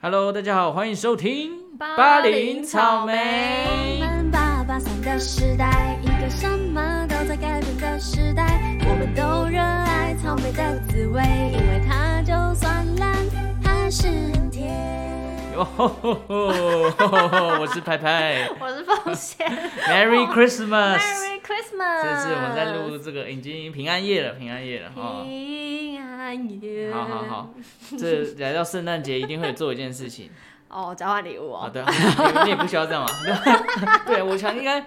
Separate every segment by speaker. Speaker 1: Hello，大家好，欢迎收听
Speaker 2: 巴黎草莓
Speaker 3: 我们八八三的时代，一个什么都在改变的时代。我们都热爱草莓的滋味，因为它就算烂，还是很 甜。
Speaker 1: 哦吼吼吼吼吼吼我是派派
Speaker 2: 我是凤仙
Speaker 1: ，Merry
Speaker 3: 呃
Speaker 1: Christmas！
Speaker 2: Oh， ，Merry Christmas！
Speaker 1: 这次我们在录这个已经平安夜了，平安夜了哦。
Speaker 2: 平安夜。
Speaker 1: 好好好。，这来到圣诞节一定会做一件事 情。
Speaker 2: 哦，交换礼物
Speaker 1: 好
Speaker 2: 哦。
Speaker 1: 的，你也不需要这样嘛。 对，我想应该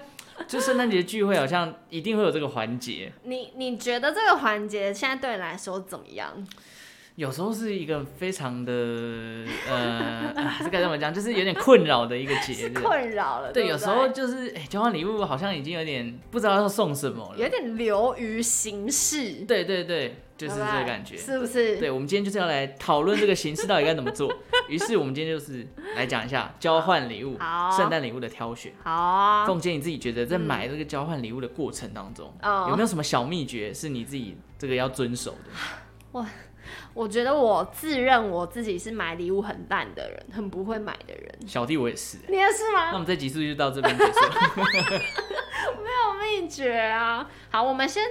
Speaker 1: 就圣诞节聚会好像一定会有这个环节，
Speaker 2: 你你觉得这个环节现在对你来说怎么样？
Speaker 1: 有时候是一个非常的呃，啊这该怎么讲，就是有点困扰的一个节
Speaker 2: 是
Speaker 1: 日。
Speaker 2: 困扰了，
Speaker 1: 对，
Speaker 2: 不
Speaker 1: 有时候就是哎、交换礼物好像已经有点不知道要送什么
Speaker 2: 有
Speaker 1: 了。
Speaker 2: 点流于形式，
Speaker 1: 对对对，就是这
Speaker 2: 对不
Speaker 1: 个
Speaker 2: 对
Speaker 1: 感觉。
Speaker 2: 是不是？
Speaker 1: 对，我们今天就是要来讨论这个形式到底该怎么做。于是我们今天就是来讲一下交换礼物
Speaker 2: 好、
Speaker 1: 圣诞礼物的挑选。
Speaker 2: 好啊，
Speaker 1: 凤姐，你自己觉得在买这个交换礼物的过程当中，
Speaker 2: 哦
Speaker 1: 有没有什么小秘诀是你自己这个要遵守的？
Speaker 2: 我觉得我自认我自己是买礼物很烂的人，很不会买的人。
Speaker 1: 小弟我也是。
Speaker 2: 你也是吗
Speaker 1: 那我？们这集数就到这边结束 了。
Speaker 2: 秘诀啊！好，我们先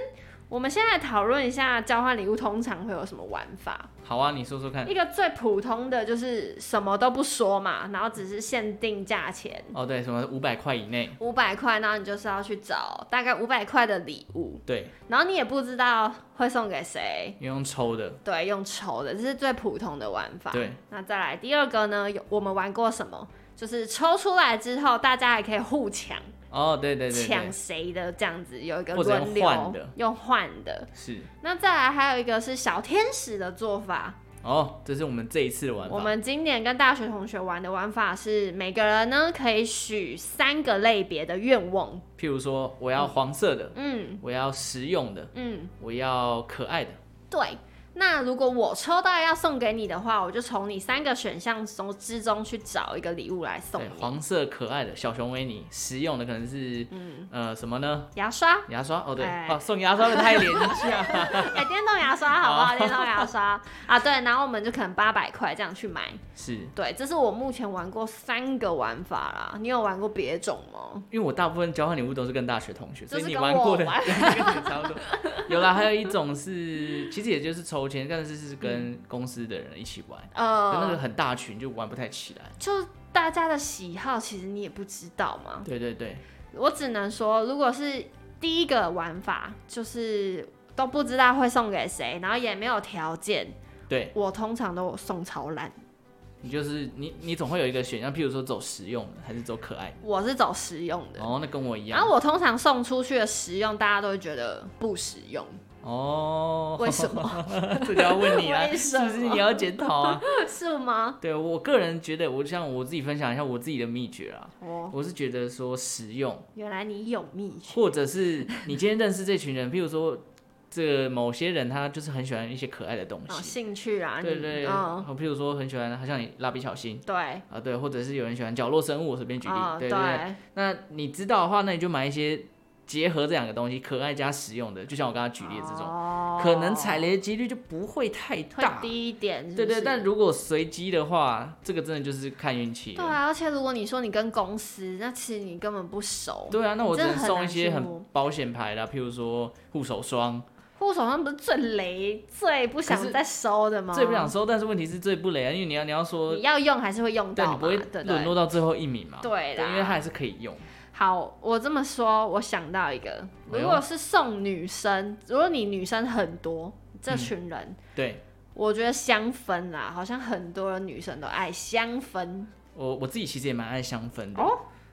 Speaker 2: 我们先来讨论一下交换礼物通常会有什么玩法。
Speaker 1: 好啊，你说说看
Speaker 2: 一。个最普通的就是什么都不说嘛，然后只是限定价钱
Speaker 1: 哦，对，什么五百块以内？
Speaker 2: 五百块，然后你就是要去找大概五百块的礼物，
Speaker 1: 对，
Speaker 2: 然后你也不知道会送给谁。
Speaker 1: 你用抽的。
Speaker 2: 对，用抽的，这是最普通的玩法。
Speaker 1: 对，
Speaker 2: 那再来第二个呢？有我们玩过什么？就是抽出来之后，大家还可以互抢，
Speaker 1: 哦，对对对对
Speaker 2: 抢，谁的这样子，有一个
Speaker 1: 或者用
Speaker 2: 轮流
Speaker 1: 换的
Speaker 2: 用换的。
Speaker 1: 是。
Speaker 2: 那再来还有一个是小天使的做法，
Speaker 1: 哦，这是我们这一次的玩法。
Speaker 2: 我们今年跟大学同学玩的玩法是，每个人呢可以许三个类别的愿望，
Speaker 1: 譬如说，我要黄色的，
Speaker 2: 嗯
Speaker 1: 我要实用的，
Speaker 2: 嗯，
Speaker 1: 我要可爱的。
Speaker 2: 对。那如果我抽到要送给你的话，我就从你三个选项中之中去找一个礼物来送
Speaker 1: 对，
Speaker 2: 你。
Speaker 1: 黄色可爱的小熊维尼，实用的可能是呃什么呢？
Speaker 2: 牙刷，
Speaker 1: 牙刷哦，对，
Speaker 2: 嗯哎
Speaker 1: 哦，送牙刷的太 廉价。
Speaker 2: 哎、电动牙刷好不
Speaker 1: 好
Speaker 2: 好？电动牙刷啊，对，然后我们就可能八百块这样去买。
Speaker 1: 是
Speaker 2: 对，这是我目前玩过三个玩法啦。你有玩过别种吗？
Speaker 1: 因为我大部分交换礼物都是跟大学同学，所以
Speaker 2: 就
Speaker 1: 你
Speaker 2: 是跟
Speaker 1: 玩
Speaker 2: 我
Speaker 1: 过的
Speaker 2: 玩
Speaker 1: 跟你 差不多。有啦，还有一种是，其实也就是抽签，但是是跟公司的人一起玩，可
Speaker 2: 呃，
Speaker 1: 那个很大群就玩不太起来。
Speaker 2: 就大家的喜好，其实你也不知道嘛。
Speaker 1: 对对对，
Speaker 2: 我只能说，如果是第一个玩法，就是都不知道会送给谁，然后也没有条件，
Speaker 1: 对
Speaker 2: 我通常都送超烂。
Speaker 1: 你就是你，你总会有一个选项，譬如说走实用的还是走可爱的。
Speaker 2: 我是走实用的，
Speaker 1: 哦，那跟我一样
Speaker 2: 然后。我通常送出去的实用，大家都会觉得不实用。
Speaker 1: 哦，
Speaker 2: 为什么？
Speaker 1: 这就要问你啦，
Speaker 2: 为
Speaker 1: 是啊
Speaker 2: 什
Speaker 1: 不
Speaker 2: 么
Speaker 1: 是你要检讨 啊？
Speaker 2: 是吗？
Speaker 1: 对我个人觉得，我像我自己分享一下我自己的秘诀啊，
Speaker 2: 哦，
Speaker 1: 我是觉得说实用，
Speaker 2: 原来你有秘诀。
Speaker 1: 或者是你今天认识这群人，譬如说这个某些人他就是很喜欢一些可爱的东
Speaker 2: 哦，
Speaker 1: 西，
Speaker 2: 兴趣啊，
Speaker 1: 对
Speaker 2: 你
Speaker 1: 对，哦
Speaker 2: 嗯，
Speaker 1: 好譬如说很喜欢，好像你蜡笔小新
Speaker 2: 对，
Speaker 1: 啊，对，或者是有人喜欢角落生物，我随便举例，
Speaker 2: 哦
Speaker 1: 对对对。那你知道的话，那你就买一些结合这两个东西，可爱加实用的，就像我刚刚举例的这种，
Speaker 2: 哦
Speaker 1: 可能踩雷的几率就不会太
Speaker 2: 会
Speaker 1: 大。
Speaker 2: 低一点是不
Speaker 1: 对对，
Speaker 2: 是，
Speaker 1: 但如果随机的话，这个真的就是看运气
Speaker 2: 对
Speaker 1: 了。
Speaker 2: 啊，而且如果你说你跟公司，那其实你根本不熟。
Speaker 1: 对啊，那我只能送一些
Speaker 2: 真的很难去
Speaker 1: 很
Speaker 2: 摸
Speaker 1: 保险牌的啊，譬如说护手霜，
Speaker 2: 护手霜不是最雷、最不
Speaker 1: 可是
Speaker 2: 想再收的吗？
Speaker 1: 最不想收，但是问题是最不雷啊，因为你要你要说
Speaker 2: 哦你，要用还是会用
Speaker 1: 对你
Speaker 2: 到嘛，
Speaker 1: 不会
Speaker 2: 对
Speaker 1: 沦落
Speaker 2: 对
Speaker 1: 到最后一名嘛，
Speaker 2: 对
Speaker 1: 因为它
Speaker 2: 啦。
Speaker 1: 还是可以用。
Speaker 2: 好，我这么说，我想到一个，
Speaker 1: 哎呦
Speaker 2: 如果是送女生，如果你女生很多，这群人，
Speaker 1: 对
Speaker 2: 我觉得香氛啦，好像很多人女生都爱香氛
Speaker 1: 我我自己其实也蛮爱香氛的，
Speaker 2: 哦，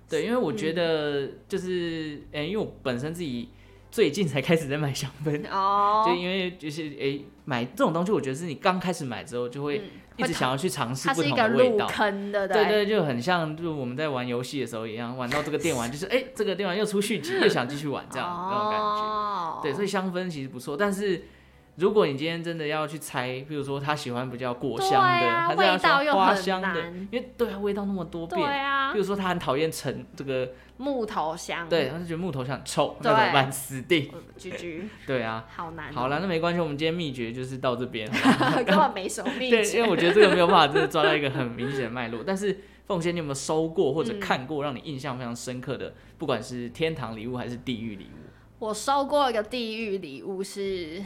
Speaker 1: 对，因为我觉得就是，诶，因为我本身自己最近才开始在买香氛， 就
Speaker 2: 哦，
Speaker 1: 因为就是诶，买这种东西，我觉得是你刚开始买之后就会
Speaker 2: 嗯
Speaker 1: 一直想要去尝试
Speaker 2: 它
Speaker 1: 不
Speaker 2: 是一
Speaker 1: 同
Speaker 2: 个
Speaker 1: 的味
Speaker 2: 入
Speaker 1: 道。
Speaker 2: 坑的，
Speaker 1: 对
Speaker 2: 不，
Speaker 1: 对，就很像，就是我们在玩游戏的时候一样，玩到这个电玩，就是哎、这个电玩又出续集，又想继续玩这样、那种感觉。
Speaker 2: 哦，
Speaker 1: 对，所以香氛其实不错，但是如果你今天真的要去猜，比如说他喜欢比较果香
Speaker 2: 对
Speaker 1: 的，
Speaker 2: 啊，
Speaker 1: 还是他
Speaker 2: 味
Speaker 1: 喜
Speaker 2: 道
Speaker 1: 欢
Speaker 2: 又
Speaker 1: 花
Speaker 2: 很
Speaker 1: 香的，
Speaker 2: 难，
Speaker 1: 因为对啊，味道那么多
Speaker 2: 对
Speaker 1: 变。
Speaker 2: 啊
Speaker 1: 比，如说他很讨厌橙这个，
Speaker 2: 木头香，
Speaker 1: 对，他就觉得木头像很臭，那
Speaker 2: 对
Speaker 1: 怎么办？死定。
Speaker 2: 呃，居居，
Speaker 1: 对啊，
Speaker 2: 好难哦，
Speaker 1: 好 了，那没关系，我们今天秘诀就是到这边。
Speaker 2: 根本没什么秘
Speaker 1: 对，因
Speaker 2: 诀。
Speaker 1: 为我觉得这个没有办法真的抓到一个很明显的脉络。但是凤仙，你有没有收过或者
Speaker 2: 嗯
Speaker 1: 看过让你印象非常深刻的，不管是天堂礼物还是地狱礼物？
Speaker 2: 我收过一个地狱礼物是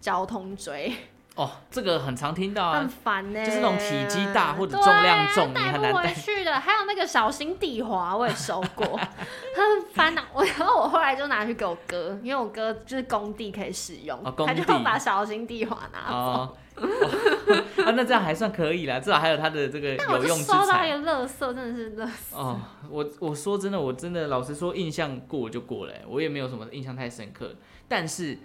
Speaker 2: 交通锥，
Speaker 1: 哦，这个很常听到
Speaker 2: 很
Speaker 1: 啊，
Speaker 2: 烦呢、
Speaker 1: 就是那种体积大或者重量重
Speaker 2: 嗯对
Speaker 1: 你
Speaker 2: 啊
Speaker 1: 很
Speaker 2: 带
Speaker 1: 难
Speaker 2: 不
Speaker 1: 带
Speaker 2: 回去的。还有那个小型地滑，我也收过， 很烦恼。我然后我后来就拿去给我哥，因为我哥就是工地可以使用，
Speaker 1: 哦工
Speaker 2: 他就
Speaker 1: 地
Speaker 2: 把小型地滑拿走。
Speaker 1: 哦。哇啊， 那这样还算可以啦，至少还有它的这个
Speaker 2: 但我
Speaker 1: 有
Speaker 2: 就
Speaker 1: 用之
Speaker 2: 收到一
Speaker 1: 才。
Speaker 2: 个垃圾，真的是垃圾。
Speaker 1: 哦，我我说真的，我真的老实说，印象过就过了、欸我也没有什么印象太深刻。但是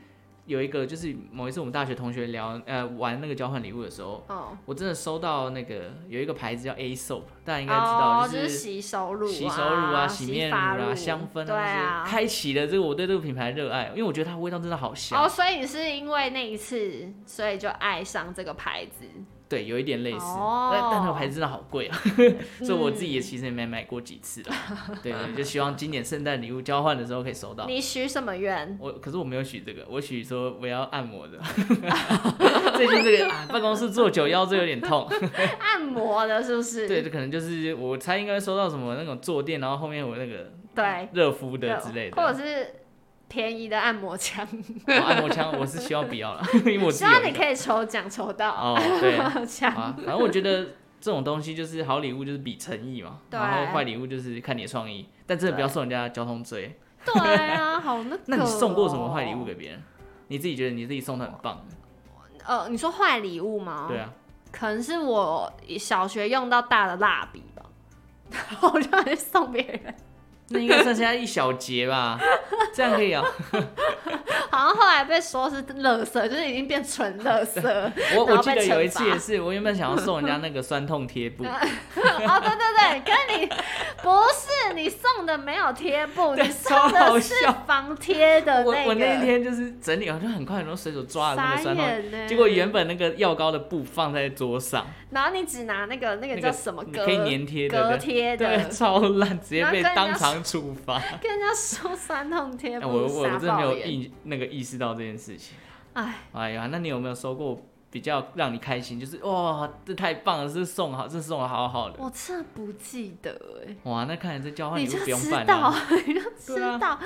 Speaker 1: 有一个，就是某一次我们大学同学聊呃玩那个交换礼物的时候，
Speaker 2: 哦，
Speaker 1: 我真的收到那个有一个牌子叫 A Soap，大家应该知道，
Speaker 2: 哦，就是
Speaker 1: 是
Speaker 2: 洗手乳、啊、
Speaker 1: 洗手乳啊、洗
Speaker 2: 洗
Speaker 1: 面乳
Speaker 2: 发乳
Speaker 1: 啊、香氛
Speaker 2: 对
Speaker 1: 啊，
Speaker 2: 啊
Speaker 1: 这些，开启了这个我对这个品牌的热爱，因为我觉得它味道真的好香
Speaker 2: 哦，。所以你是因为那一次，所以就爱上这个牌子。
Speaker 1: 对，有一点类似，
Speaker 2: 哦嗯
Speaker 1: 但但那个牌子真的好贵啊， 所以我自己也其实也没买过几次 了。对对，就希望今年圣诞礼物交换的时候可以收到。
Speaker 2: 你许什么愿？
Speaker 1: 我可是我没有许这个，我许说我要按摩的。 最近这个、啊办公室坐久腰椎有点痛，
Speaker 2: 按摩的，是不是？
Speaker 1: 对，这可能就是我猜应该会收到什么那种坐垫，然后后面有那个
Speaker 2: 对
Speaker 1: 热敷的之类的，
Speaker 2: 或者是便宜的按摩枪，
Speaker 1: 哦按摩枪，我是希望不要了， 因为我自
Speaker 2: 希
Speaker 1: 己有
Speaker 2: 望
Speaker 1: 一
Speaker 2: 你
Speaker 1: 个
Speaker 2: 可以抽奖抽到
Speaker 1: 哦，对
Speaker 2: 按摩枪。
Speaker 1: 啊，反正我觉得这种东西就是好礼物就是比诚意嘛，
Speaker 2: 对
Speaker 1: 然后坏礼物就是看你的创意，但真的不要送人家交通锥。
Speaker 2: 对啊，好那个、
Speaker 1: 那你送过什么坏礼物？给别人？你自己觉得你自己送的很棒，
Speaker 2: 呃，你说坏礼物吗？
Speaker 1: 对，啊，
Speaker 2: 可能是我小学用到大的蜡笔吧，然后我就拿去送别人。
Speaker 1: 那应该算是他一小节吧， 这样可以啊。
Speaker 2: 好像后来被说是垃圾，就是已经变纯垃 圾。
Speaker 1: 我我
Speaker 2: 然后
Speaker 1: 记
Speaker 2: 被
Speaker 1: 得有一
Speaker 2: 惩罚
Speaker 1: 次也是，我原本想要送人家那个酸痛贴 布，
Speaker 2: 哦，对对对，跟你不是你送的没有贴 布，
Speaker 1: 对
Speaker 2: 你送的是
Speaker 1: 超好笑
Speaker 2: 防贴的
Speaker 1: 我
Speaker 2: 那个。
Speaker 1: 我那一天就是整理好像很快，然后随手抓了那个
Speaker 2: 傻
Speaker 1: 酸痛
Speaker 2: 眼呢，
Speaker 1: 结果原本那个药膏的布放在桌上，
Speaker 2: 然后你只拿那个那个
Speaker 1: 那
Speaker 2: 叫
Speaker 1: 个
Speaker 2: 什么
Speaker 1: 你
Speaker 2: 隔
Speaker 1: 可以粘贴的
Speaker 2: 隔
Speaker 1: 对
Speaker 2: 贴的，
Speaker 1: 对，超烂，直接
Speaker 2: 然后
Speaker 1: 被
Speaker 2: 跟人家
Speaker 1: 当场处罚。
Speaker 2: 跟人家说酸痛贴
Speaker 1: 哎
Speaker 2: 布，
Speaker 1: 我我
Speaker 2: 傻
Speaker 1: 真的没
Speaker 2: 爆
Speaker 1: 有
Speaker 2: 眼。
Speaker 1: 意那个意识到这件事情。
Speaker 2: 哎，
Speaker 1: 哎呀，那你有没有收过比较让你开心？就是哇，这太棒了，这送好，这送的好好的。
Speaker 2: 我真的不记得哎、
Speaker 1: 哇，那看来这交换
Speaker 2: 你
Speaker 1: 礼物
Speaker 2: 就
Speaker 1: 哦不用
Speaker 2: 知
Speaker 1: 办了、
Speaker 2: 道， 你就 知
Speaker 1: 对啊
Speaker 2: 道。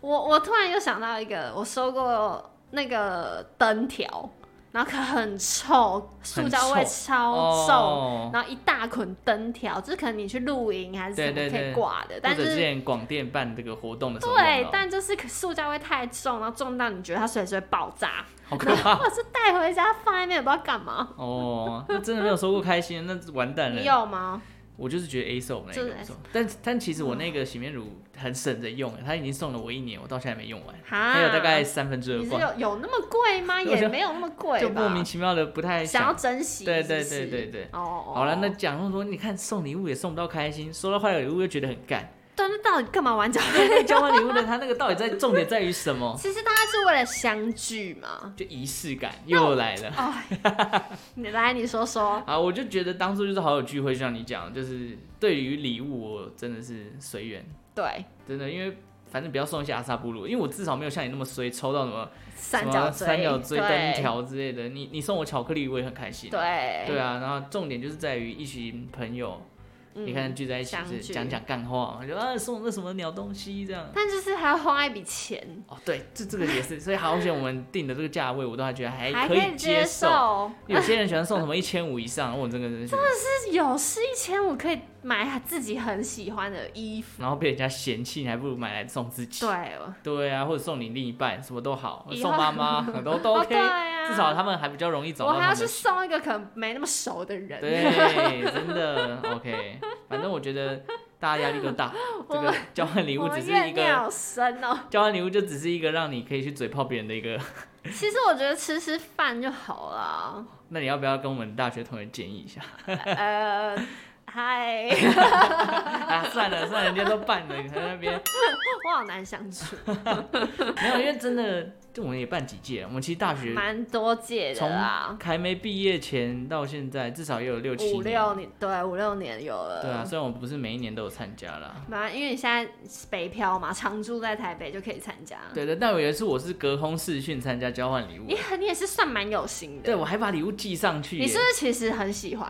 Speaker 2: 我我突然又想到一个，我收过那个灯条，然后可很臭，塑胶味
Speaker 1: 很臭
Speaker 2: 超臭，
Speaker 1: 哦，
Speaker 2: 然后一大捆灯条，就是可能你去露营还是什么
Speaker 1: 对对
Speaker 2: 可
Speaker 1: 对
Speaker 2: 以挂的，
Speaker 1: 或
Speaker 2: 但
Speaker 1: 者之
Speaker 2: 是。
Speaker 1: 前广电办这个活动的时候哦用
Speaker 2: 对
Speaker 1: 到，，
Speaker 2: 但就是可塑胶味太重，然后重到你觉得它随时会爆炸，
Speaker 1: 好可怕
Speaker 2: 或者是带回家放在那边也不知道干嘛。
Speaker 1: 哦。那真的没有收过开心，那完蛋
Speaker 2: 你
Speaker 1: 了。
Speaker 2: 有吗？
Speaker 1: 我就是觉得 A 送那
Speaker 2: 就是啊
Speaker 1: 个不错，但但其实我那个洗面乳很省着用，欸它已经送了我一年，我到现在还没用完，
Speaker 2: 哈，
Speaker 1: 还有大概三分之二
Speaker 2: 啊你是
Speaker 1: 罐，
Speaker 2: 有有那么贵吗？
Speaker 1: 我
Speaker 2: 也
Speaker 1: 就
Speaker 2: 没有那么贵吧，
Speaker 1: 就莫名其妙的不太
Speaker 2: 想要珍惜
Speaker 1: 对对
Speaker 2: 是不是
Speaker 1: 对对对
Speaker 2: 哦哦，
Speaker 1: 好了，那
Speaker 2: 哦
Speaker 1: 讲那么多，你看送礼物也送不到开心，收到坏礼物又觉得很干。
Speaker 2: 对，那到底干嘛玩交换？
Speaker 1: 那交换礼物的他那个到底在重点在于什么？
Speaker 2: 其实大家是为了相聚嘛。
Speaker 1: 就仪式感又来了。
Speaker 2: 哎，你来，你说说。
Speaker 1: 啊，我就觉得当初就是好友聚会，就像你讲的，就是对于礼物我真的是随缘，
Speaker 2: 对，
Speaker 1: 真的，因为反正不要送一些阿萨布鲁，因为我至少没有像你那么衰，抽到什么
Speaker 2: 三
Speaker 1: 什
Speaker 2: 角
Speaker 1: 么
Speaker 2: 锥，
Speaker 1: 三角锥、
Speaker 2: 对
Speaker 1: 灯，条之类的。你你送我巧克力，我也很开心。
Speaker 2: 对
Speaker 1: 对啊，然后重点就是在于一群朋友，
Speaker 2: 嗯
Speaker 1: 你看聚在一起
Speaker 2: 相
Speaker 1: 是
Speaker 2: 聚
Speaker 1: 讲讲干话，就啊送那什么鸟东西这样。
Speaker 2: 但就是还要花一笔钱，
Speaker 1: 哦，对，这这个也是，所以好险我们定的这个价位，我都还觉得还
Speaker 2: 还
Speaker 1: 可
Speaker 2: 以
Speaker 1: 接
Speaker 2: 接
Speaker 1: 受。
Speaker 2: 受。
Speaker 1: 有些人喜欢送什么一千五以上，我这个人，
Speaker 2: 但是有是一千五可以买自己很喜欢的衣服，
Speaker 1: 然后被人家嫌弃，你还不如买来送自己。
Speaker 2: 对，
Speaker 1: 对啊，或者送你另一半，什么都好，
Speaker 2: 以
Speaker 1: 送
Speaker 2: 后
Speaker 1: 妈 妈都都
Speaker 2: 哦
Speaker 1: OK，、
Speaker 2: 对啊，
Speaker 1: 至少他们还比较容易找
Speaker 2: 我
Speaker 1: 到他
Speaker 2: 还要
Speaker 1: 们
Speaker 2: 去
Speaker 1: 的喜。
Speaker 2: 送一个可能没那么熟的人，
Speaker 1: 对，真的 OK。反正我觉得大家压力都大，这
Speaker 2: 我
Speaker 1: 个交换礼
Speaker 2: 我
Speaker 1: 物
Speaker 2: 们
Speaker 1: 只是
Speaker 2: 怨
Speaker 1: 一
Speaker 2: 念
Speaker 1: 个
Speaker 2: 好深哦。
Speaker 1: 交换礼物，就只是一个让你可以去嘴炮别人的一个。
Speaker 2: 其实我觉得吃吃饭就好了。
Speaker 1: 那你要不要跟我们大学同学建议一下？
Speaker 2: 呃，嗨，
Speaker 1: 啊，算了算了，人家都办了，你还在那边。
Speaker 2: 我好难相处。啊
Speaker 1: 没有，因为真的这我们也办几届了，我们其实大学
Speaker 2: 蛮多届的
Speaker 1: 从
Speaker 2: 啦，
Speaker 1: 还没毕业前到现在，至少也有六七
Speaker 2: 五
Speaker 1: 年。
Speaker 2: 六年，对，五六年有了。
Speaker 1: 对啊，虽然我不是每一年都有参加啦。
Speaker 2: 妈，因为你现在北漂嘛，常住在台北就可以参加。
Speaker 1: 对的，但我有一次我是隔空视讯参加交换礼物
Speaker 2: 你，很，你也是算蛮有心
Speaker 1: 对
Speaker 2: 的。
Speaker 1: 我还把礼物寄上去耶。
Speaker 2: 你是不是其实很喜欢？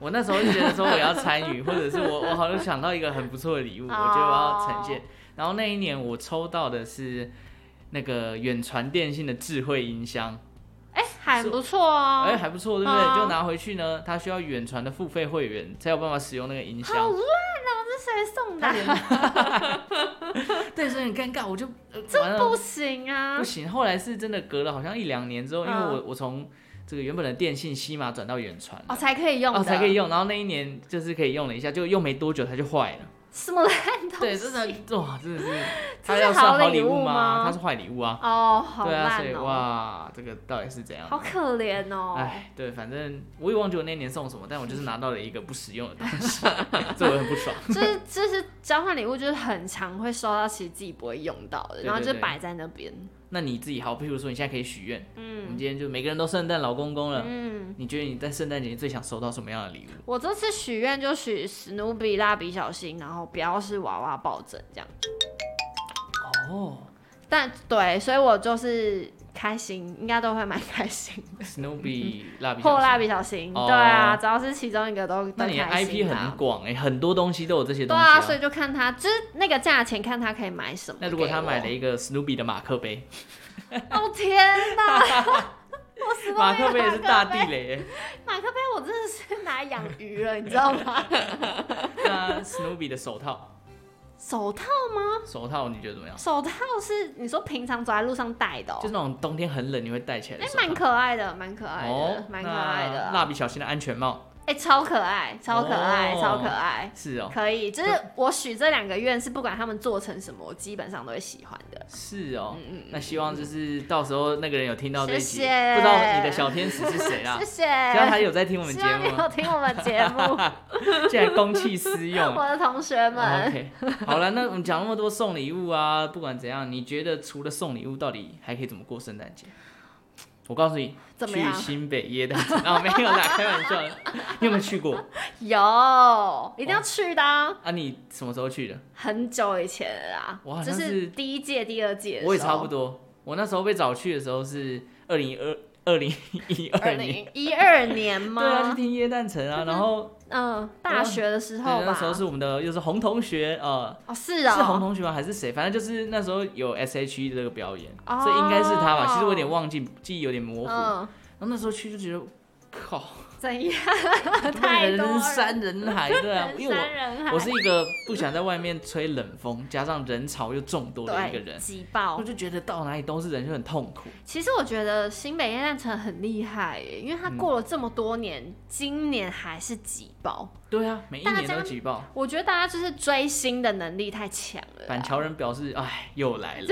Speaker 1: 我那时候就觉得说我要参与，或者是我我好像想到一个很不错的礼物，我
Speaker 2: 哦
Speaker 1: 觉得我要呈现。然后那一年我抽到的是那个远传电信的智慧音箱，
Speaker 2: 哎、还不错哦、
Speaker 1: 哎、还不错，对不对？
Speaker 2: 哦
Speaker 1: 就拿回去呢，它需要远传的付费会员才有办法使用那个音
Speaker 2: 好
Speaker 1: 箱。
Speaker 2: 烂哦、这谁送的啊？
Speaker 1: 对，所以很尴尬，我就、呃、完
Speaker 2: 这
Speaker 1: 了
Speaker 2: 不行啊
Speaker 1: 不！行。后来是真的隔了好像一两年之后，因为
Speaker 2: 嗯
Speaker 1: 我我从这个原本的电信西马转到远传了
Speaker 2: 哦，才可以用的，
Speaker 1: 哦，才可以用。然后那一年就是可以用了一下，就用没多久它就坏 了。
Speaker 2: 什么烂东
Speaker 1: 对，
Speaker 2: 西？
Speaker 1: 真的哇，真的是，
Speaker 2: 这
Speaker 1: 它
Speaker 2: 是
Speaker 1: 要算
Speaker 2: 好
Speaker 1: 好
Speaker 2: 礼
Speaker 1: 礼
Speaker 2: 物
Speaker 1: 吗
Speaker 2: 吗？
Speaker 1: 它是坏礼物啊。
Speaker 2: 哦，好
Speaker 1: 对啊，所
Speaker 2: 烂
Speaker 1: 以
Speaker 2: 哦、
Speaker 1: 哇，这个到底是怎样？
Speaker 2: 好可怜哦、
Speaker 1: 哎，对，反正我也忘记我那年送什么，但我就是拿到了一个不实用的东西， 这我很不爽。
Speaker 2: 就是就是交换礼物，就是很常会收到，其实自己不会用到的，
Speaker 1: 对
Speaker 2: 然后
Speaker 1: 对
Speaker 2: 就
Speaker 1: 对
Speaker 2: 摆在那边。
Speaker 1: 那你自己好，譬如说你现在可以许愿，我们
Speaker 2: 嗯
Speaker 1: 今天就每个人都圣诞老公公了，
Speaker 2: 嗯，
Speaker 1: 你觉得你在圣诞节最想收到什么样的礼 物？
Speaker 2: 我这次许愿就许史努比、蜡笔小新，然后不要是娃娃抱枕这样。
Speaker 1: 哦
Speaker 2: 但对，所以我就是开心，应该都会蛮开心的。
Speaker 1: ，Snoopy 蜡笔小
Speaker 2: 或
Speaker 1: 新
Speaker 2: 蜡笔小新，
Speaker 1: 哦
Speaker 2: 对啊，只要是其中一个都
Speaker 1: 那
Speaker 2: 都
Speaker 1: 你的
Speaker 2: 开
Speaker 1: IP
Speaker 2: 心
Speaker 1: 很
Speaker 2: 啊。
Speaker 1: 广哎、很多东西都有这些
Speaker 2: 对
Speaker 1: 东西、啊。
Speaker 2: 啊，所以就看他，就是那个价钱，看他可以 买什么给
Speaker 1: 那
Speaker 2: 我。
Speaker 1: 如果他买了一个 Snoopy 的马克杯，
Speaker 2: 哦天哪！ 我 死都没有
Speaker 1: 马克杯也是大
Speaker 2: 马克
Speaker 1: 地
Speaker 2: 杯，
Speaker 1: 雷、欸。
Speaker 2: 马克杯我真的是拿来养鱼了，你知 道吗？
Speaker 1: 那 Snoopy 的手套，
Speaker 2: 手套，
Speaker 1: 手套你觉得怎么样？
Speaker 2: 手套是你说平常走在路上戴的、哦，
Speaker 1: 就是那种冬天很冷你会戴起来的
Speaker 2: 哎、
Speaker 1: 手套。
Speaker 2: 蛮可爱的，蛮可爱
Speaker 1: 哦
Speaker 2: 的，，蛮、可爱的
Speaker 1: 那
Speaker 2: 啊，
Speaker 1: 蜡笔小新的安全帽
Speaker 2: 哎、超可爱，超可爱，
Speaker 1: 哦
Speaker 2: 超可爱。
Speaker 1: 是哦，
Speaker 2: 可以，就是我许这两个愿是不管他们做成什么，我基本上都会喜欢的。
Speaker 1: 是哦。
Speaker 2: 嗯
Speaker 1: 那希望就是到时候那个人有听到这一集，
Speaker 2: 谢谢
Speaker 1: 不知道你的小天使是谁啦
Speaker 2: 谢。谢，
Speaker 1: 希望他有在听我们
Speaker 2: 希
Speaker 1: 节
Speaker 2: 望你
Speaker 1: 目
Speaker 2: 有，听我们节目，
Speaker 1: 竟然公器私 用。
Speaker 2: 我的同学
Speaker 1: 哦
Speaker 2: 们。
Speaker 1: OK，好了，那我们讲那么多送礼物啊，不管怎样，你觉得除了送礼物，到底还可以怎么过圣诞节？我告诉你，
Speaker 2: 怎么
Speaker 1: 去
Speaker 2: 样
Speaker 1: 新北耶 诞城啊，没有啦，开玩笑的。你有没有去过
Speaker 2: 有，一定要去的啊、
Speaker 1: 啊？你什么时候去的？
Speaker 2: 很久以前了啦，
Speaker 1: 我好
Speaker 2: 就
Speaker 1: 像是
Speaker 2: 是第一届、第二届，
Speaker 1: 我也差不。多，我那时候被找去的时候是二零二二零一
Speaker 2: 二
Speaker 1: 二年，
Speaker 2: 零一二年
Speaker 1: 对啊，
Speaker 2: 吗
Speaker 1: 去？听耶诞城啊，然后
Speaker 2: 嗯，大学的时
Speaker 1: 对
Speaker 2: 候
Speaker 1: 那
Speaker 2: 吧。
Speaker 1: 时候是我们的又是红同学呃。
Speaker 2: 哦，是啊、
Speaker 1: 是红同学吗？还是谁？反正就是那时候有 S H E 的这个表演，
Speaker 2: 哦
Speaker 1: 所以应该是他吧。其实我有点忘记，记忆有点模糊。
Speaker 2: 嗯，
Speaker 1: 然后那时候去就觉得， 靠，
Speaker 2: 怎样？
Speaker 1: 怎么
Speaker 2: 太多
Speaker 1: 人
Speaker 2: 人
Speaker 1: 山人海，对 啊，
Speaker 2: 人
Speaker 1: 因为
Speaker 2: 山
Speaker 1: 我
Speaker 2: 人海，
Speaker 1: 我是一个不想在外面吹冷风，加上人潮又众多的一个
Speaker 2: 对
Speaker 1: 人，
Speaker 2: 挤
Speaker 1: 我
Speaker 2: 爆。
Speaker 1: 就觉得到哪里都是人，就很痛苦。
Speaker 2: 其实我觉得新北夜诞城很厉害耶，因为
Speaker 1: 嗯
Speaker 2: 它过了这么多年，今年还是挤爆。
Speaker 1: 对啊，每一
Speaker 2: 大
Speaker 1: 年
Speaker 2: 家
Speaker 1: 都挤爆。
Speaker 2: 我觉得大家就是追星的能力太强了
Speaker 1: 板
Speaker 2: 啦，
Speaker 1: 桥人表示，哎，又来 了。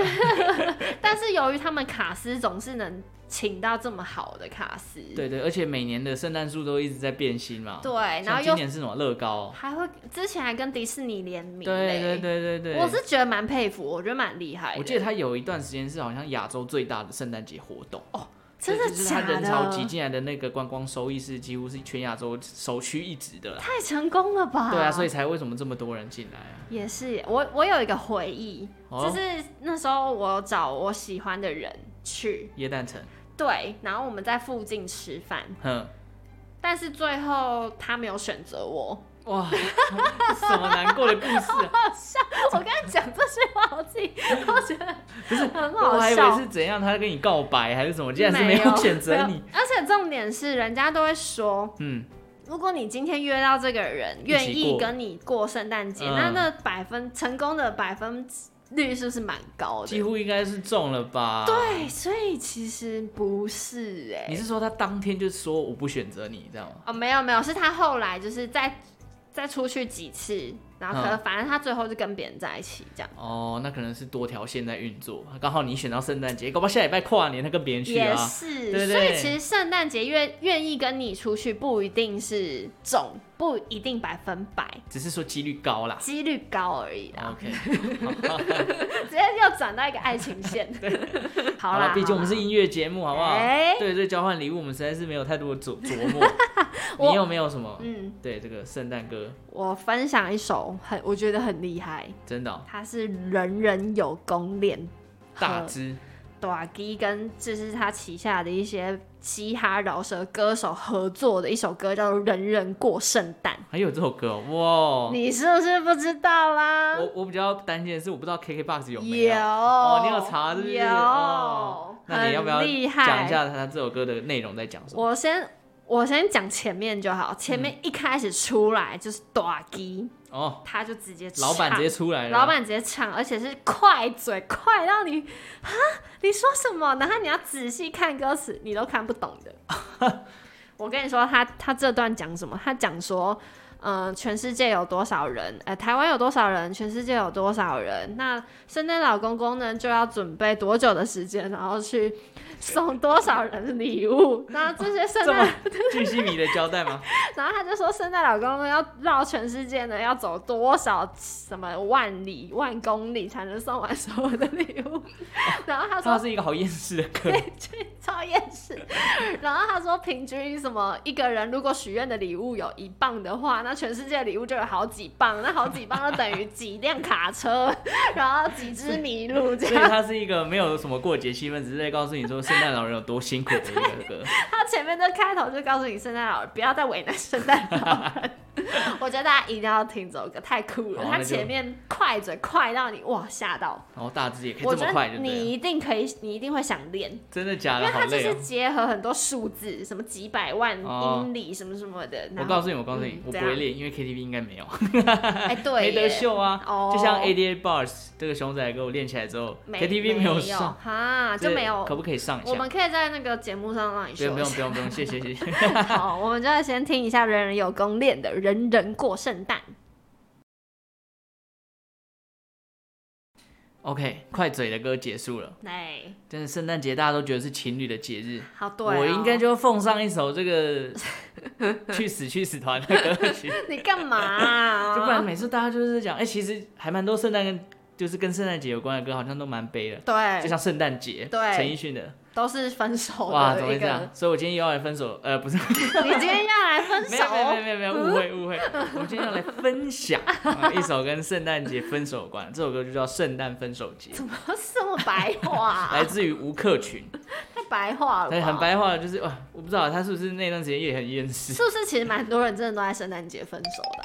Speaker 2: 但是由于他们卡司总是能请到这么好的卡司，
Speaker 1: 对对，而且每年的圣诞树都一直在变新嘛。
Speaker 2: 对然
Speaker 1: 像
Speaker 2: 后
Speaker 1: 今
Speaker 2: 又
Speaker 1: 年是什么乐高？
Speaker 2: 还会之前还跟迪士尼联名嘞，
Speaker 1: 对对对对对。
Speaker 2: 我是觉得蛮佩服，我觉得蛮厉害的。
Speaker 1: 我记得他有一段时间是好像亚洲最大的圣诞节活动，
Speaker 2: 哦真
Speaker 1: 对
Speaker 2: 的
Speaker 1: 就是他
Speaker 2: 假的？
Speaker 1: 人潮挤进来的那个观光收益是几乎是全亚洲首屈一指的啦。
Speaker 2: 太成功了吧？
Speaker 1: 对啊，所以才为什么这么多人进来啊？
Speaker 2: 也是我我有一个回忆，
Speaker 1: 哦
Speaker 2: 就是那时候我找我喜欢的人去，
Speaker 1: 椰蛋城，
Speaker 2: 对，然后我们在附近吃饭，
Speaker 1: 哼，
Speaker 2: 但是最后他没有选择我。
Speaker 1: 哇， 什么难过的故事、啊？
Speaker 2: 我刚才讲这句话，我自己都觉得很
Speaker 1: 我
Speaker 2: 好
Speaker 1: 还以
Speaker 2: 笑
Speaker 1: 为。是怎样，他跟你告白还是什么，竟然是
Speaker 2: 没
Speaker 1: 没有选择
Speaker 2: 没
Speaker 1: 你
Speaker 2: 有。而且重点是，人家都会说，
Speaker 1: 嗯，
Speaker 2: 如果你今天约到这个人，
Speaker 1: 一起
Speaker 2: 愿意
Speaker 1: 过
Speaker 2: 跟你过圣诞节，
Speaker 1: 嗯
Speaker 2: 那那百分成功的百分率是不是蛮高的？
Speaker 1: 几乎应该是中了吧？
Speaker 2: 对，所以其实不是哎、
Speaker 1: 你是说他当天就说我不选择你，这样吗？
Speaker 2: 哦，没有没有，是他后来就是再再出去几次，然后可能
Speaker 1: 嗯
Speaker 2: 反正他最后就跟别人在一起这样，
Speaker 1: 哦，那可能是多条线在运作，刚好你选到圣诞节，搞不好下礼拜跨年他跟别人去
Speaker 2: 也
Speaker 1: 啊。
Speaker 2: 是，
Speaker 1: 对
Speaker 2: 所
Speaker 1: 对
Speaker 2: 以其实圣诞节愿愿意跟你出去不一定是中，不一定百分百，
Speaker 1: 只是说几率高啦。
Speaker 2: 几率高而已啦。
Speaker 1: OK，
Speaker 2: 直接又转到一个爱 情线。 好
Speaker 1: 好
Speaker 2: 啦，
Speaker 1: 了，毕竟我们
Speaker 2: 好
Speaker 1: 是
Speaker 2: 啦
Speaker 1: 音乐节目，好不好？
Speaker 2: 哎
Speaker 1: 对对，交换礼物我们实在是没有太多的琢琢磨。
Speaker 2: 我
Speaker 1: 你有没有什么？
Speaker 2: 嗯，
Speaker 1: 对这个圣诞歌，
Speaker 2: 我分享一首很我觉得很厉害，
Speaker 1: 真的哦、
Speaker 2: 它是人人有功练
Speaker 1: 大
Speaker 2: 和
Speaker 1: 只
Speaker 2: 短基跟就是他旗下的一些嘻哈饶舌歌手合作的一首歌，叫做《人人过圣诞
Speaker 1: 还有这首歌、哦，》，
Speaker 2: 你是不是不知道啦？
Speaker 1: 哇！我我比较担心的是，我不知道 KKBOX 有没
Speaker 2: 有
Speaker 1: 有。哦，你有查是不是？
Speaker 2: 有，
Speaker 1: 哦那你要不要
Speaker 2: 很厉害
Speaker 1: 讲一下他这首歌的内容在讲什么？
Speaker 2: 我先我先讲前面就好，前面一开始出来就是短基，
Speaker 1: 哦，
Speaker 2: 他就直接
Speaker 1: 老板直
Speaker 2: 唱
Speaker 1: 接出来了。
Speaker 2: 老板直接唱，而且是快嘴快到你啊，你说什么？然后你要仔细看歌词，你都看不懂的。 我跟你说，他他这段讲什么？他讲说，嗯、全世界有多少人？呃，台湾有多少人？全世界有多少人？那圣诞老公公呢，就要准备多久的时间，然后去送多少人礼物？然后这些圣
Speaker 1: 这
Speaker 2: 诞
Speaker 1: 么巨细靡的交代吗？
Speaker 2: 然后他就说，圣诞老公公要绕全世界呢，要走多少什么万里、万公里才能送完所有的礼物？ 然 后他
Speaker 1: 它
Speaker 2: 说
Speaker 1: 是一个好厌世的歌。
Speaker 2: 超厌世。然后他说，平均什么一个人如果许愿的礼物有一磅的话，那全世界礼物就有好几磅，那好几磅就等于几辆卡车， 然后几只麋鹿这
Speaker 1: 所以
Speaker 2: 样。
Speaker 1: 它是一个没有什么过节气氛，只是在告诉你说圣诞老人有多辛苦的一个 歌。
Speaker 2: 他前面的开头就告诉你，圣诞老人不要再为难圣诞老人。 我觉得大家一定要听这首歌，太酷了！
Speaker 1: 好
Speaker 2: 他
Speaker 1: 那就
Speaker 2: 前面快嘴快到你哇吓到，
Speaker 1: 然后大致也可以
Speaker 2: 我
Speaker 1: 这
Speaker 2: 觉
Speaker 1: 么快
Speaker 2: 得
Speaker 1: 就
Speaker 2: 你
Speaker 1: 对了，
Speaker 2: 一定可以，你一定会想练，因
Speaker 1: 真的假
Speaker 2: 为
Speaker 1: 的？好
Speaker 2: 它就
Speaker 1: 累
Speaker 2: 是
Speaker 1: 哦！
Speaker 2: 结合很多数字，什么几百万
Speaker 1: 哦
Speaker 2: 英里什么什么的。
Speaker 1: 我
Speaker 2: 然后
Speaker 1: 告诉你，我告诉你
Speaker 2: 嗯，
Speaker 1: 我不
Speaker 2: 怎
Speaker 1: 会
Speaker 2: 样
Speaker 1: 练，因为 KTV 应该没有，啊
Speaker 2: 哎，对
Speaker 1: 没
Speaker 2: 耶，
Speaker 1: 得秀啊。
Speaker 2: 哦
Speaker 1: 就像88 Bars 这个熊仔给我练起来之后
Speaker 2: 没
Speaker 1: ，KTV
Speaker 2: 没
Speaker 1: 有上，
Speaker 2: 哈，就
Speaker 1: 这
Speaker 2: 没有。
Speaker 1: 可不可以上一
Speaker 2: 我们
Speaker 1: 下？
Speaker 2: 可以在那个节目上让你
Speaker 1: 不用
Speaker 2: 秀
Speaker 1: 不
Speaker 2: 一
Speaker 1: 用
Speaker 2: 下。
Speaker 1: 不用不用，谢谢谢 谢。
Speaker 2: 好，我们就要先听一下《人人有功练》的《人人过圣诞》。
Speaker 1: OK，快嘴的歌结束了，
Speaker 2: 哎，
Speaker 1: 真的圣诞节大家都觉得是情侣的节日，
Speaker 2: 好对哦。
Speaker 1: 我应该就奉上一首这 个去死去死团的歌曲。
Speaker 2: 你干嘛啊、
Speaker 1: 就不然每次大家就是讲，哎、其实还蛮多圣诞跟就是跟圣诞节有关的歌，好像都蛮悲的，就
Speaker 2: 对，
Speaker 1: 像圣诞节，
Speaker 2: 对
Speaker 1: 陈奕迅的，
Speaker 2: 都是分手
Speaker 1: 哇，怎么
Speaker 2: 的
Speaker 1: 会
Speaker 2: 一
Speaker 1: 这样
Speaker 2: 个？。
Speaker 1: 所以我今天又要来分手，呃，不是，
Speaker 2: 你今天要来分
Speaker 1: 没
Speaker 2: 手
Speaker 1: 有？没有没有没有，误会误会，我们今天要来分享、啊一首跟圣诞节分手有关，这首歌就叫《圣诞分手节》，
Speaker 2: 这么白话、
Speaker 1: 来自于吴克群，
Speaker 2: 太白话了吧？
Speaker 1: 但哎很白话的就是哇，我不知道他是不是那段时间也很厌世，
Speaker 2: 是不是其实蛮多人真的都在圣诞节分手的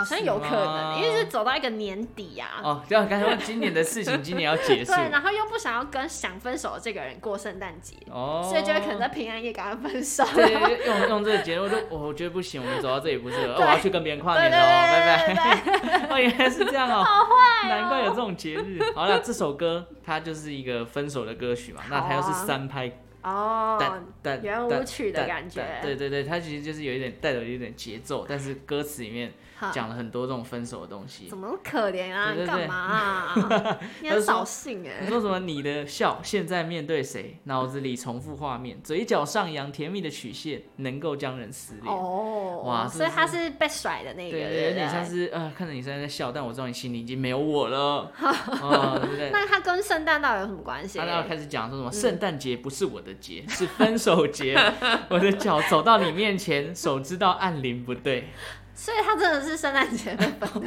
Speaker 2: 啊、好像有可
Speaker 1: 哎是吗
Speaker 2: 能，因为是走到一个年底啊。
Speaker 1: 哦，这样刚才说今年的事情今年要结束
Speaker 2: 对，，然后又不想要跟想分手的这个人过圣诞节，
Speaker 1: 哦，
Speaker 2: 所以就会可能在平安夜赶快分手。
Speaker 1: 对，用用这个节目就我我觉得不行，我们走到这里不是了，哦我要去跟别人跨
Speaker 2: 对
Speaker 1: 年
Speaker 2: 对
Speaker 1: 了，哦
Speaker 2: 对对
Speaker 1: 拜
Speaker 2: 对 对，
Speaker 1: 拜。哦，原来是这样哦，好坏难怪有这种节日。好了，这首歌它就是一个分手的歌曲嘛，那它又是三拍
Speaker 2: 啊哦
Speaker 1: 但，但
Speaker 2: 圆舞曲的
Speaker 1: 但
Speaker 2: 感觉
Speaker 1: 但对对对，它其实就是有一点带有一点节奏，但是歌词里面
Speaker 2: 好，
Speaker 1: 讲了很多这种分手的东西
Speaker 2: 怎。么那么可怜啊？
Speaker 1: 对对
Speaker 2: 你
Speaker 1: 对
Speaker 2: 干嘛 啊？你很扫兴
Speaker 1: 你
Speaker 2: 哎。
Speaker 1: 说什么？你的笑现在面对谁？脑子里重复画面，嘴角上扬，甜蜜的曲线能够将人撕裂。
Speaker 2: 哦，
Speaker 1: 哇是不
Speaker 2: 所
Speaker 1: 是
Speaker 2: 以他是被甩的那个，
Speaker 1: 对
Speaker 2: 对，
Speaker 1: 有点像。是呃，看着你虽然在笑，但我知道你心里已经没有我 了，哦，对不对？
Speaker 2: 那嗯他跟圣诞到底有什么关系？
Speaker 1: 他要开始讲说什么？圣诞节不是我的节，是分手节。 我的脚走到你面前，手知道按铃不对。
Speaker 2: 所以他真的是圣诞节被分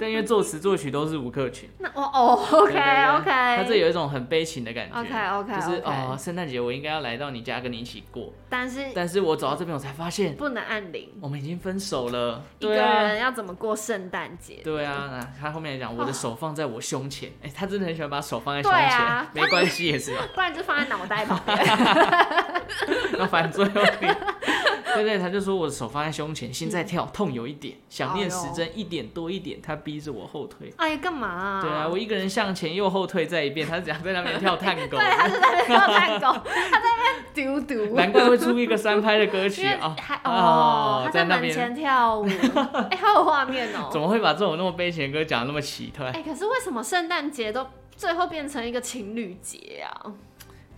Speaker 1: 但因为作词作曲都是吴克群。
Speaker 2: 那我哦
Speaker 1: 对对对
Speaker 2: ，OK OK，
Speaker 1: 他这有一种很悲情的感觉。
Speaker 2: OK，OK，OK
Speaker 1: 就是哦，圣诞节我应该要来到你家跟你一起过，
Speaker 2: 但是
Speaker 1: 但是我走到这边我才发现
Speaker 2: 不能按铃，
Speaker 1: 我们已经分手了。
Speaker 2: 一个
Speaker 1: 对啊。
Speaker 2: 人要怎么过圣诞节？
Speaker 1: 对啊，那他后面也讲我的手放在我胸前，哎、他真的很喜欢把手放在胸
Speaker 2: 对
Speaker 1: 前，
Speaker 2: 啊
Speaker 1: 没关系也 是吧，
Speaker 2: 不然就放在脑袋旁 边。
Speaker 1: 要反作用力。对对，他就说我的手放在胸前，心在跳，痛有一 点，想念时针一点多一点，他逼着我后退。
Speaker 2: 哎呀，干嘛、啊？
Speaker 1: 对啊，我一个人向前又后退再一遍，他是怎样在那边跳探狗
Speaker 2: 对，？啊他就在那边跳探 狗，他在那边丢丢。
Speaker 1: 难怪会出一个三拍的歌曲
Speaker 2: 因为
Speaker 1: 啊！
Speaker 2: 还
Speaker 1: 哦
Speaker 2: 哦，他
Speaker 1: 在
Speaker 2: 在
Speaker 1: 那
Speaker 2: 门
Speaker 1: 边
Speaker 2: 前 跳舞，哎，好有画面
Speaker 1: 怎
Speaker 2: 哦。
Speaker 1: 么会把这种那么悲情的歌讲的那么奇特？哎
Speaker 2: 哎，可是为什么圣诞节都最后变成一个情侣节啊？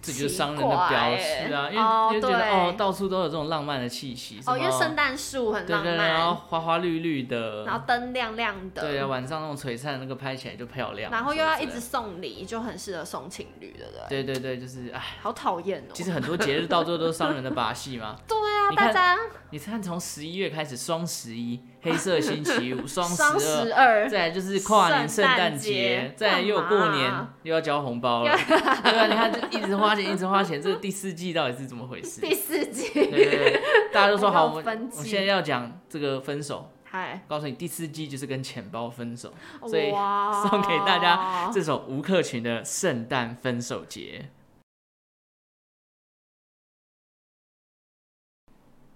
Speaker 1: 这就是商人的表示啊，
Speaker 2: 奇怪欸
Speaker 1: 因为因为觉得
Speaker 2: 哦对
Speaker 1: 哦，到处都有这种浪漫的气息，什
Speaker 2: 哦，
Speaker 1: 么
Speaker 2: 因为圣诞树很
Speaker 1: 对
Speaker 2: 浪
Speaker 1: 对，对
Speaker 2: 漫，
Speaker 1: 然后花花绿绿的，
Speaker 2: 然后灯亮亮的，
Speaker 1: 对啊，晚上那种璀璨的那个拍起来就漂亮，
Speaker 2: 然后又
Speaker 1: 什么
Speaker 2: 要
Speaker 1: 之
Speaker 2: 一
Speaker 1: 类
Speaker 2: 直
Speaker 1: 的
Speaker 2: 送礼，就很适合送情侣，对不对？
Speaker 1: 对对对，就是哎，
Speaker 2: 好讨厌哦。
Speaker 1: 其实很多节日到最后都是商人的把戏嘛。
Speaker 2: 对啊，
Speaker 1: 你
Speaker 2: 大
Speaker 1: 看
Speaker 2: 家
Speaker 1: 你看从十一月开始，双十一、黑色星期 五、双
Speaker 2: 双
Speaker 1: 十
Speaker 2: 十
Speaker 1: 二。
Speaker 2: 二，
Speaker 1: 再来就是跨年、圣
Speaker 2: 圣
Speaker 1: 诞
Speaker 2: 诞
Speaker 1: 节
Speaker 2: 节，
Speaker 1: 再来又有过年
Speaker 2: 干嘛，
Speaker 1: 又要交红 包了。对啊，你看就一直花钱，一直花钱，这第四季到底是怎么回事？
Speaker 2: 第
Speaker 1: 对
Speaker 2: 四
Speaker 1: 对
Speaker 2: 季，
Speaker 1: 对，大家都 说
Speaker 2: 还要
Speaker 1: 好，我们
Speaker 2: 分
Speaker 1: 我们
Speaker 2: 季
Speaker 1: 现在要讲这个分手，
Speaker 2: 嗨，
Speaker 1: 告诉你第四季就是跟钱包分手，所以
Speaker 2: 哇，
Speaker 1: 送给大家这首吴克群的《圣诞分手节》。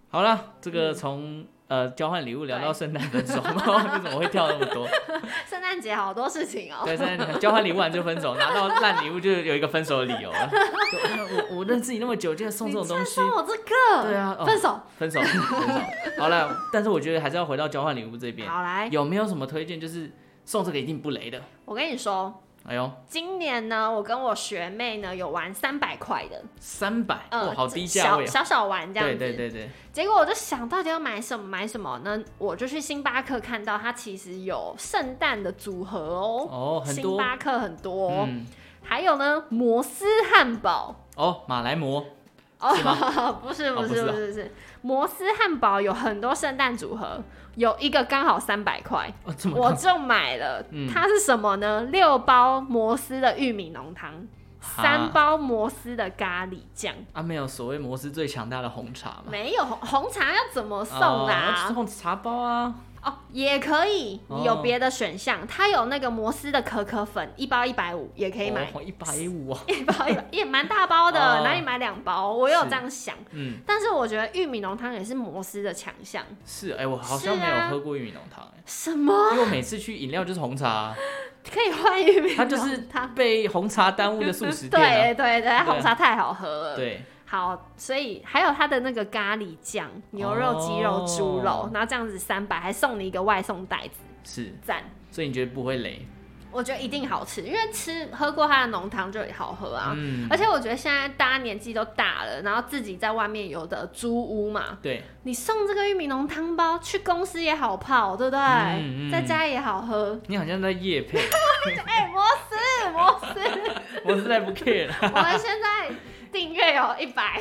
Speaker 1: 好啦，这个从、呃交换礼物聊到
Speaker 2: 嗯对
Speaker 1: 圣诞分手， 你怎么会跳那么多？
Speaker 2: 圣诞节好多事情哦。
Speaker 1: 对，圣诞交换礼物完就分手，拿到烂礼物就有一个分手的理由 了。就 我我认识你那么久，竟然送这种东
Speaker 2: 你
Speaker 1: 西
Speaker 2: 竟，然送我这个，
Speaker 1: 对啊哦
Speaker 2: 分手。
Speaker 1: 分 手，分手。好了，但是我觉得还是要回到交换礼物这边，
Speaker 2: 好来，
Speaker 1: 有没有什么推荐？就是送这个一定不雷的。
Speaker 2: 我跟你说，
Speaker 1: 哎呦，
Speaker 2: 今年呢，我跟我学妹呢有玩三百块的，
Speaker 1: 三百、哇，
Speaker 2: 嗯，
Speaker 1: 好低价位、
Speaker 2: 小
Speaker 1: 啊。
Speaker 2: 小小玩这样
Speaker 1: 对
Speaker 2: 子。
Speaker 1: 对对对，
Speaker 2: 结果我就想到底要买什么买什么呢？我就去星巴克看到它其实有圣诞的组合哦，
Speaker 1: 哦，很
Speaker 2: 星
Speaker 1: 多，
Speaker 2: 巴克很多哦、
Speaker 1: 嗯，
Speaker 2: 还有呢摩斯汉堡。
Speaker 1: 哦，马来貘，是
Speaker 2: 哦， 不是
Speaker 1: 哦不
Speaker 2: 不是
Speaker 1: 是
Speaker 2: 不
Speaker 1: 啊
Speaker 2: 是不是，摩斯汉堡有很多圣诞组合，有一个刚好三百块，
Speaker 1: 哦，这么
Speaker 2: 我
Speaker 1: 高
Speaker 2: 就买了
Speaker 1: 嗯。
Speaker 2: 它是什么呢？六包摩斯的玉米浓汤，
Speaker 1: 哈
Speaker 2: 三包摩斯的咖喱酱，
Speaker 1: 啊，没有所谓摩斯最强大的红茶嘛，
Speaker 2: 没有红红茶要怎么送
Speaker 1: 啊哦
Speaker 2: 啦？
Speaker 1: 送茶包啊，
Speaker 2: 哦，也可以，
Speaker 1: 哦
Speaker 2: 你有别的选项，它有那个摩斯的可可粉，一包一百五也可以买，
Speaker 1: 一百五啊，
Speaker 2: 一包一百也蛮大包的
Speaker 1: 哦，
Speaker 2: 哪里买两包？我有
Speaker 1: 是
Speaker 2: 这样想。
Speaker 1: 嗯，
Speaker 2: 但是我觉得玉米浓汤也是摩斯的强项。
Speaker 1: 是，哎、我好像没
Speaker 2: 是
Speaker 1: 有
Speaker 2: 啊
Speaker 1: 喝过玉米浓汤、哎
Speaker 2: 什么
Speaker 1: 因为我每次去饮料就是红茶 啊、
Speaker 2: 可以换玉米 浓
Speaker 1: 它
Speaker 2: 汤？
Speaker 1: 就是被红茶耽误的素食店、
Speaker 2: 对对对，红茶太好喝了。
Speaker 1: 啊，，对，
Speaker 2: 好，所以还有它的那个咖喱酱，牛肉、鸡肉、猪肉
Speaker 1: 哦，
Speaker 2: 然后这样子三百，还送你一个外送袋子，
Speaker 1: 是，
Speaker 2: 赞！
Speaker 1: 所以你觉得不会雷？
Speaker 2: 我觉得一定好吃，因为吃喝过它的浓汤就好喝啊。
Speaker 1: 嗯
Speaker 2: 而，且我觉得现在大家年纪都大了，然后自己在外面有的租屋嘛，
Speaker 1: 对，
Speaker 2: 你送这个玉米浓汤包去公司也好泡，对不对？
Speaker 1: 嗯嗯
Speaker 2: 在家也好喝。
Speaker 1: 你好像在夜配，
Speaker 2: 哎、摩斯，摩斯，
Speaker 1: 我实在不 care 了，
Speaker 2: 我们现在订阅有一 百，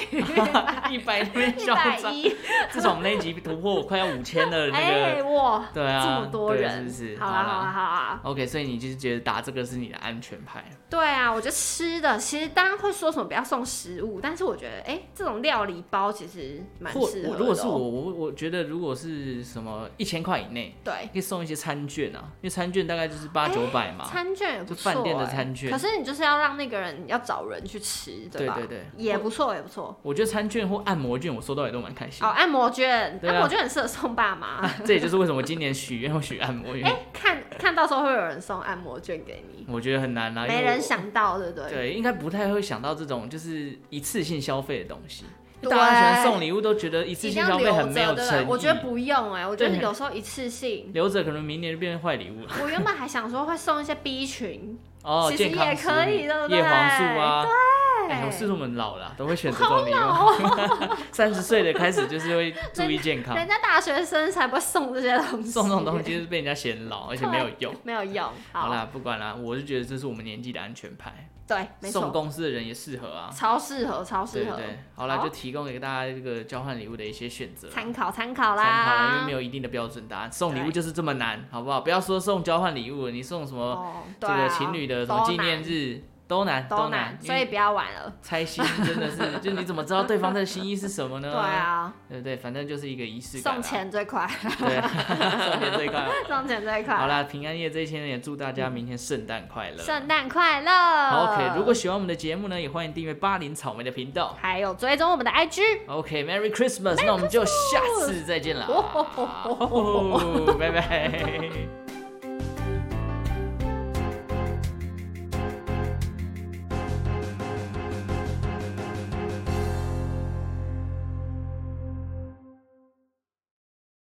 Speaker 1: 一百那边
Speaker 2: 一
Speaker 1: 嚣
Speaker 2: 百
Speaker 1: 张，
Speaker 2: 一，
Speaker 1: 自从我们那一集突破快要五千的那个。
Speaker 2: 哎哇，
Speaker 1: 对
Speaker 2: 这
Speaker 1: 啊，
Speaker 2: 么多
Speaker 1: 对
Speaker 2: 人，
Speaker 1: 是不是？啊
Speaker 2: 好啦好啦啊好啦，
Speaker 1: OK，所以你就是觉得打这个是你的安全牌，
Speaker 2: 对啊，我觉得吃的其实当然会说什么不要送食物，但是我觉得哎、这种料理包其实蛮
Speaker 1: 或
Speaker 2: 适合的哦、
Speaker 1: 我如果是我，我我觉得如果是什么一千块以内，
Speaker 2: 对
Speaker 1: 可以送一些餐券啊，因为餐券大概就是八九百嘛。
Speaker 2: 哎餐券也不错、
Speaker 1: 啊就饭店的
Speaker 2: 哎
Speaker 1: 餐券
Speaker 2: 可是你就是要让那个人要找人去吃，吧？
Speaker 1: 对对
Speaker 2: 也不错也不错。
Speaker 1: 我觉得餐券或按摩券，我收到也都蛮开心
Speaker 2: 哦，
Speaker 1: 的。
Speaker 2: 按摩券，
Speaker 1: 对啊
Speaker 2: 按摩券很适合送 爸妈。
Speaker 1: 这也就是为什么今年许愿会许按摩，因
Speaker 2: 哎、
Speaker 1: 为
Speaker 2: 看看到时候会有人送按摩券给你，
Speaker 1: 我觉得很难啊，因为
Speaker 2: 没
Speaker 1: 我
Speaker 2: 人。想到，对不对？
Speaker 1: 对，应该不太会想到这种就是一次性消费的东西。
Speaker 2: 对
Speaker 1: 大家喜欢送礼物都觉得一次
Speaker 2: 一
Speaker 1: 性
Speaker 2: 定要
Speaker 1: 消费
Speaker 2: 留
Speaker 1: 很没有
Speaker 2: 着，对不
Speaker 1: 诚
Speaker 2: 对？
Speaker 1: 意，
Speaker 2: 我觉得不用哎、我觉 得
Speaker 1: 对
Speaker 2: 有时候一次性。
Speaker 1: 留着可能明年就变成坏礼物了。
Speaker 2: 我原本还想说会送一些 B 群，
Speaker 1: 哦，
Speaker 2: 其实
Speaker 1: 健康
Speaker 2: 也
Speaker 1: 食
Speaker 2: 可以
Speaker 1: 物
Speaker 2: 对不
Speaker 1: 叶黄素
Speaker 2: 对
Speaker 1: 啊，
Speaker 2: 对
Speaker 1: 哎，我是我们老了啊都会选择这
Speaker 2: 好
Speaker 1: 种礼
Speaker 2: 老
Speaker 1: 物。
Speaker 2: 哦，
Speaker 1: 三十岁的开始就是会注意健康，
Speaker 2: 人家大学生才不会送这些东西，
Speaker 1: 送这种东西就是被人家嫌老，而且没有用。
Speaker 2: 没有用。
Speaker 1: 好
Speaker 2: 好，
Speaker 1: 啦，不管啦，我是觉得这是我们年纪的安全牌，
Speaker 2: 对，没
Speaker 1: 送
Speaker 2: 错，
Speaker 1: 公司的人也适合啊。
Speaker 2: 超适合，超
Speaker 1: 对
Speaker 2: 适
Speaker 1: 对
Speaker 2: 合，
Speaker 1: 对，好啦，
Speaker 2: 好
Speaker 1: 就提供给大家这个交换礼物的一些选择。
Speaker 2: 参考参考
Speaker 1: 参考啦，因为
Speaker 2: 啦
Speaker 1: 没。有一定的标准答案，送礼物
Speaker 2: 对
Speaker 1: 就是这么难，好不好？不要说送交换礼物，你送什么
Speaker 2: 哦，
Speaker 1: 这
Speaker 2: 对啊
Speaker 1: 个情侣的什么纪念日都难
Speaker 2: 都难都
Speaker 1: 难
Speaker 2: 难，，所以不要玩了。
Speaker 1: 猜心真的 是，就你怎么知道对方的心意是什么呢？
Speaker 2: 对，啊，
Speaker 1: 对不对？反正就是一个仪式感啦。
Speaker 2: 送钱最快，
Speaker 1: 对，送钱这一块。
Speaker 2: 送钱最快。
Speaker 1: 好啦，平安夜这一天也祝大家明天圣诞快乐。
Speaker 2: 圣诞快乐。
Speaker 1: 好 OK，如果喜欢我们的节目呢，也欢迎订阅巴林草莓的频道。
Speaker 2: 还有追踪我们的 IG，
Speaker 1: OK，Merry Christmas，那我们就下次再见啦
Speaker 2: 哦吼吼吼，
Speaker 1: 拜拜。